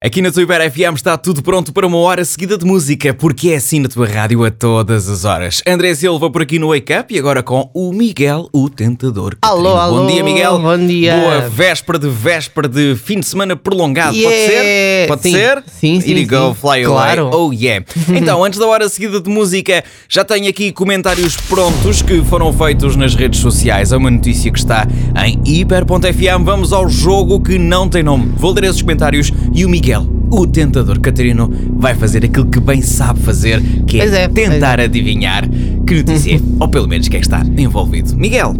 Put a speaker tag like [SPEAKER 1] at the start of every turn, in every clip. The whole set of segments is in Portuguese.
[SPEAKER 1] Aqui na tua Ibera FM está tudo pronto para uma hora seguida de música, porque é assim na tua rádio a todas as horas. André Silva por aqui no Wake Up e agora com o Miguel, o Tentador. Catarino.
[SPEAKER 2] Alô,
[SPEAKER 1] Bom
[SPEAKER 2] alô,
[SPEAKER 1] dia, Miguel.
[SPEAKER 2] bom dia.
[SPEAKER 1] Boa véspera de véspera de fim de semana prolongado. Pode ser?
[SPEAKER 2] Yeah.
[SPEAKER 1] Pode
[SPEAKER 2] Sim.
[SPEAKER 1] ser?
[SPEAKER 2] Sim, sim,
[SPEAKER 1] Here you go,
[SPEAKER 2] sim.
[SPEAKER 1] fly
[SPEAKER 2] Claro.
[SPEAKER 1] away. Oh yeah. Então, antes da hora seguida de música, já tenho aqui comentários prontos que foram feitos nas redes sociais. É uma notícia que está em hiper.fm. Vamos ao jogo que não tem nome. Vou ler esses comentários e o Miguel, o tentador Catarino, vai fazer aquilo que bem sabe fazer, que
[SPEAKER 2] Pois
[SPEAKER 1] é,
[SPEAKER 2] é, pois
[SPEAKER 1] tentar adivinhar que notícia é, ou pelo menos quem está envolvido. Miguel,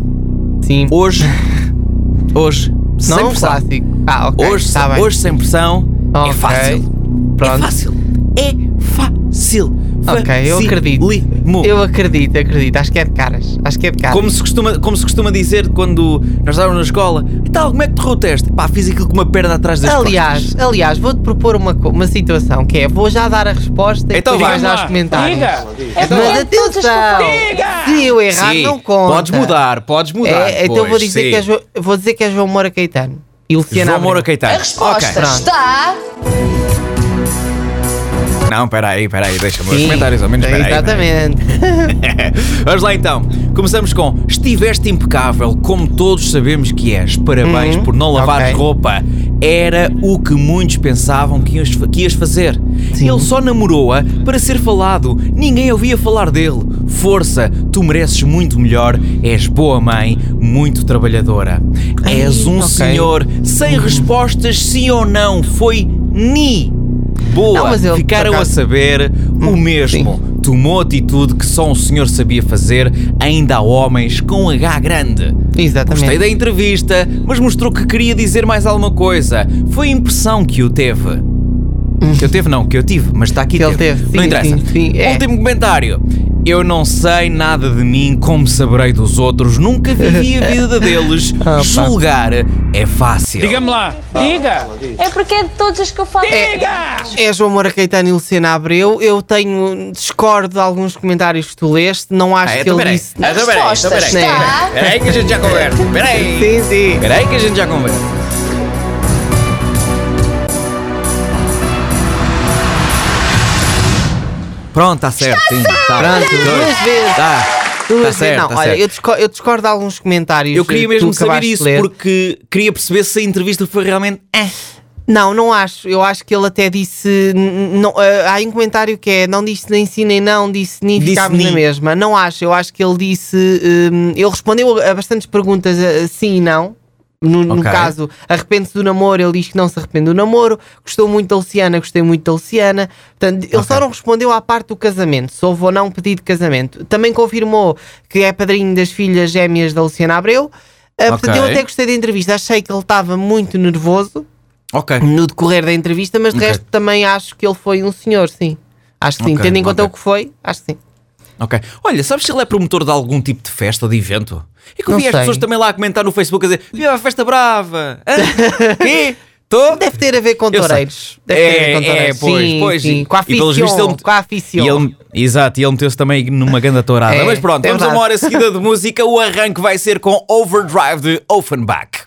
[SPEAKER 2] Sim.
[SPEAKER 1] hoje, hoje, sem
[SPEAKER 2] Não um
[SPEAKER 1] pressão.
[SPEAKER 2] clássico. Ah, ok.
[SPEAKER 1] Hoje,
[SPEAKER 2] tá bem.
[SPEAKER 1] hoje sem pressão, é
[SPEAKER 2] Ok.
[SPEAKER 1] fácil. É
[SPEAKER 2] Pronto.
[SPEAKER 1] fácil. É fácil.
[SPEAKER 2] Ok, eu acredito. tá.
[SPEAKER 1] Facílimo.
[SPEAKER 2] Eu acredito, acredito. Acho que é de caras. Acho que é de caras.
[SPEAKER 1] Como se, costuma, como se costuma dizer quando nós estávamos na escola, e tal, como é que te o teste? Pá, fiz aquilo com uma perna atrás das
[SPEAKER 2] Aliás,
[SPEAKER 1] costas.
[SPEAKER 2] aliás, vou-te propor uma, co- uma situação que é: vou já dar a resposta
[SPEAKER 1] Então
[SPEAKER 2] e depois
[SPEAKER 1] vai.
[SPEAKER 2] vais dar os comentários.
[SPEAKER 3] É
[SPEAKER 2] Mas
[SPEAKER 3] porque todos os
[SPEAKER 2] atenção!
[SPEAKER 3] papéis-
[SPEAKER 2] Se eu errar,
[SPEAKER 1] Sim,
[SPEAKER 2] não conta.
[SPEAKER 1] Podes mudar, podes mudar.
[SPEAKER 2] É, então
[SPEAKER 1] pois,
[SPEAKER 2] vou dizer,
[SPEAKER 1] sim.
[SPEAKER 2] que é João, vou dizer que é João Moura Caetano. E Luciana
[SPEAKER 1] João Moura
[SPEAKER 2] Abreu.
[SPEAKER 1] Caetano.
[SPEAKER 3] A resposta
[SPEAKER 1] Tá. Ok.
[SPEAKER 3] está.
[SPEAKER 1] Não, peraí, peraí, deixa-me os
[SPEAKER 2] Sim, é
[SPEAKER 1] comentários, ao menos peraí. peraí.
[SPEAKER 2] Exatamente.
[SPEAKER 1] Vamos lá então. Começamos com Estiveste impecável, como todos sabemos que és. Parabéns
[SPEAKER 2] Uhum,
[SPEAKER 1] por não lavar
[SPEAKER 2] ok.
[SPEAKER 1] roupa. Era o que muitos pensavam que ias, que ias fazer.
[SPEAKER 2] Sim.
[SPEAKER 1] Ele só namorou-a para ser falado. Ninguém ouvia falar dele. Força, tu mereces muito melhor. És boa mãe, muito trabalhadora.
[SPEAKER 2] Ai,
[SPEAKER 1] és um
[SPEAKER 2] ok. Uhum.
[SPEAKER 1] senhor sem respostas, sim ou não. Foi ni. Boa,
[SPEAKER 2] Não, mas ele, por
[SPEAKER 1] ficaram a
[SPEAKER 2] acaso,
[SPEAKER 1] saber
[SPEAKER 2] Hum,
[SPEAKER 1] o mesmo. Tomou atitude que só um senhor sabia fazer, ainda há homens com um H grande.
[SPEAKER 2] Exatamente.
[SPEAKER 1] Gostei da entrevista, mas mostrou que queria dizer mais alguma coisa. Foi a impressão que eu teve. Que eu teve, não, que eu tive, mas está aqui.
[SPEAKER 2] Que ele teve,
[SPEAKER 1] não
[SPEAKER 2] sim,
[SPEAKER 1] interessa.
[SPEAKER 2] sim, sim, é.
[SPEAKER 1] Último comentário. Eu não sei nada de mim, como saberei dos outros, nunca vivi a vida deles.
[SPEAKER 2] Ah, pá.
[SPEAKER 1] Julgar é fácil.
[SPEAKER 4] Diga-me lá. Diga.
[SPEAKER 3] É porque é de todos os que eu falo.
[SPEAKER 4] Diga.
[SPEAKER 2] É João Moura Caetano e Luciana Abreu. Eu tenho. discordo de alguns comentários que tu leste. Não acho
[SPEAKER 1] Ah,
[SPEAKER 2] que
[SPEAKER 1] então
[SPEAKER 2] ele
[SPEAKER 1] peraí,
[SPEAKER 2] disse.
[SPEAKER 1] então peraí, então
[SPEAKER 3] Resposta
[SPEAKER 1] peraí.
[SPEAKER 3] está.
[SPEAKER 1] Peraí que a gente já conversa. Peraí.
[SPEAKER 2] Sim, sim.
[SPEAKER 1] Espera aí que a gente já conversa. Pronto, está certo. Está Tá certo.
[SPEAKER 2] tá Pronto, duas vezes.
[SPEAKER 1] Tá.
[SPEAKER 2] Duas
[SPEAKER 1] Tá
[SPEAKER 2] vezes.
[SPEAKER 1] certo,
[SPEAKER 2] não,
[SPEAKER 1] tá
[SPEAKER 2] olha,
[SPEAKER 1] certo.
[SPEAKER 2] Eu, discordo, eu discordo de alguns comentários.
[SPEAKER 1] Eu queria
[SPEAKER 2] é que
[SPEAKER 1] mesmo
[SPEAKER 2] tu
[SPEAKER 1] saber
[SPEAKER 2] acabaste de
[SPEAKER 1] isso
[SPEAKER 2] ler.
[SPEAKER 1] porque queria perceber se a entrevista foi realmente. eh.
[SPEAKER 2] Não, não acho. Eu acho que ele até disse. n- n- Não, ah, há aí um comentário que é: não disse nem sim nem não, disse nem
[SPEAKER 1] Disse
[SPEAKER 2] ficámos na
[SPEAKER 1] ni.
[SPEAKER 2] mesma. Não acho. Eu acho que ele disse. hum, ele respondeu a a bastantes perguntas ah, sim e não. No, no
[SPEAKER 1] Ok.
[SPEAKER 2] caso, arrepende-se do namoro, ele diz que não se arrepende do namoro. Gostou muito da Luciana, gostei muito da Luciana. Portanto, ele
[SPEAKER 1] Ok.
[SPEAKER 2] só não respondeu à parte do casamento, se houve ou não um pedido de casamento. Também confirmou que é padrinho das filhas gêmeas da Luciana Abreu. Ah, Portanto,
[SPEAKER 1] Ok.
[SPEAKER 2] eu até gostei da entrevista. Achei que ele estava muito nervoso
[SPEAKER 1] Ok.
[SPEAKER 2] no decorrer da entrevista, mas de
[SPEAKER 1] Ok.
[SPEAKER 2] resto também acho que ele foi um senhor, sim. Acho que sim.
[SPEAKER 1] Ok,
[SPEAKER 2] Tendo em conta
[SPEAKER 1] ok.
[SPEAKER 2] o que foi, acho que sim.
[SPEAKER 1] Ok. Olha, sabes se ele é promotor de algum tipo de festa ou de evento? E que eu
[SPEAKER 2] Não
[SPEAKER 1] vi as
[SPEAKER 2] sei.
[SPEAKER 1] pessoas também lá a comentar no Facebook a dizer: Viva a festa brava! Hã? Quê? Tô?
[SPEAKER 2] Deve ter a ver com
[SPEAKER 1] Eu sei.
[SPEAKER 2] toureiros. Deve ter a ver
[SPEAKER 1] É,
[SPEAKER 2] com toureiros.
[SPEAKER 1] é, pois,
[SPEAKER 2] sim,
[SPEAKER 1] pois.
[SPEAKER 2] Sim. Com a
[SPEAKER 1] E pelos vistos
[SPEAKER 2] aficião.
[SPEAKER 1] ele-
[SPEAKER 2] Com a aficião.
[SPEAKER 1] E ele- exato, e ele meteu-se também numa grande tourada.
[SPEAKER 2] É,
[SPEAKER 1] Mas pronto,
[SPEAKER 2] é
[SPEAKER 1] vamos a
[SPEAKER 2] verdade.
[SPEAKER 1] uma hora seguida de música. O arranque vai ser com Overdrive de Offenbach.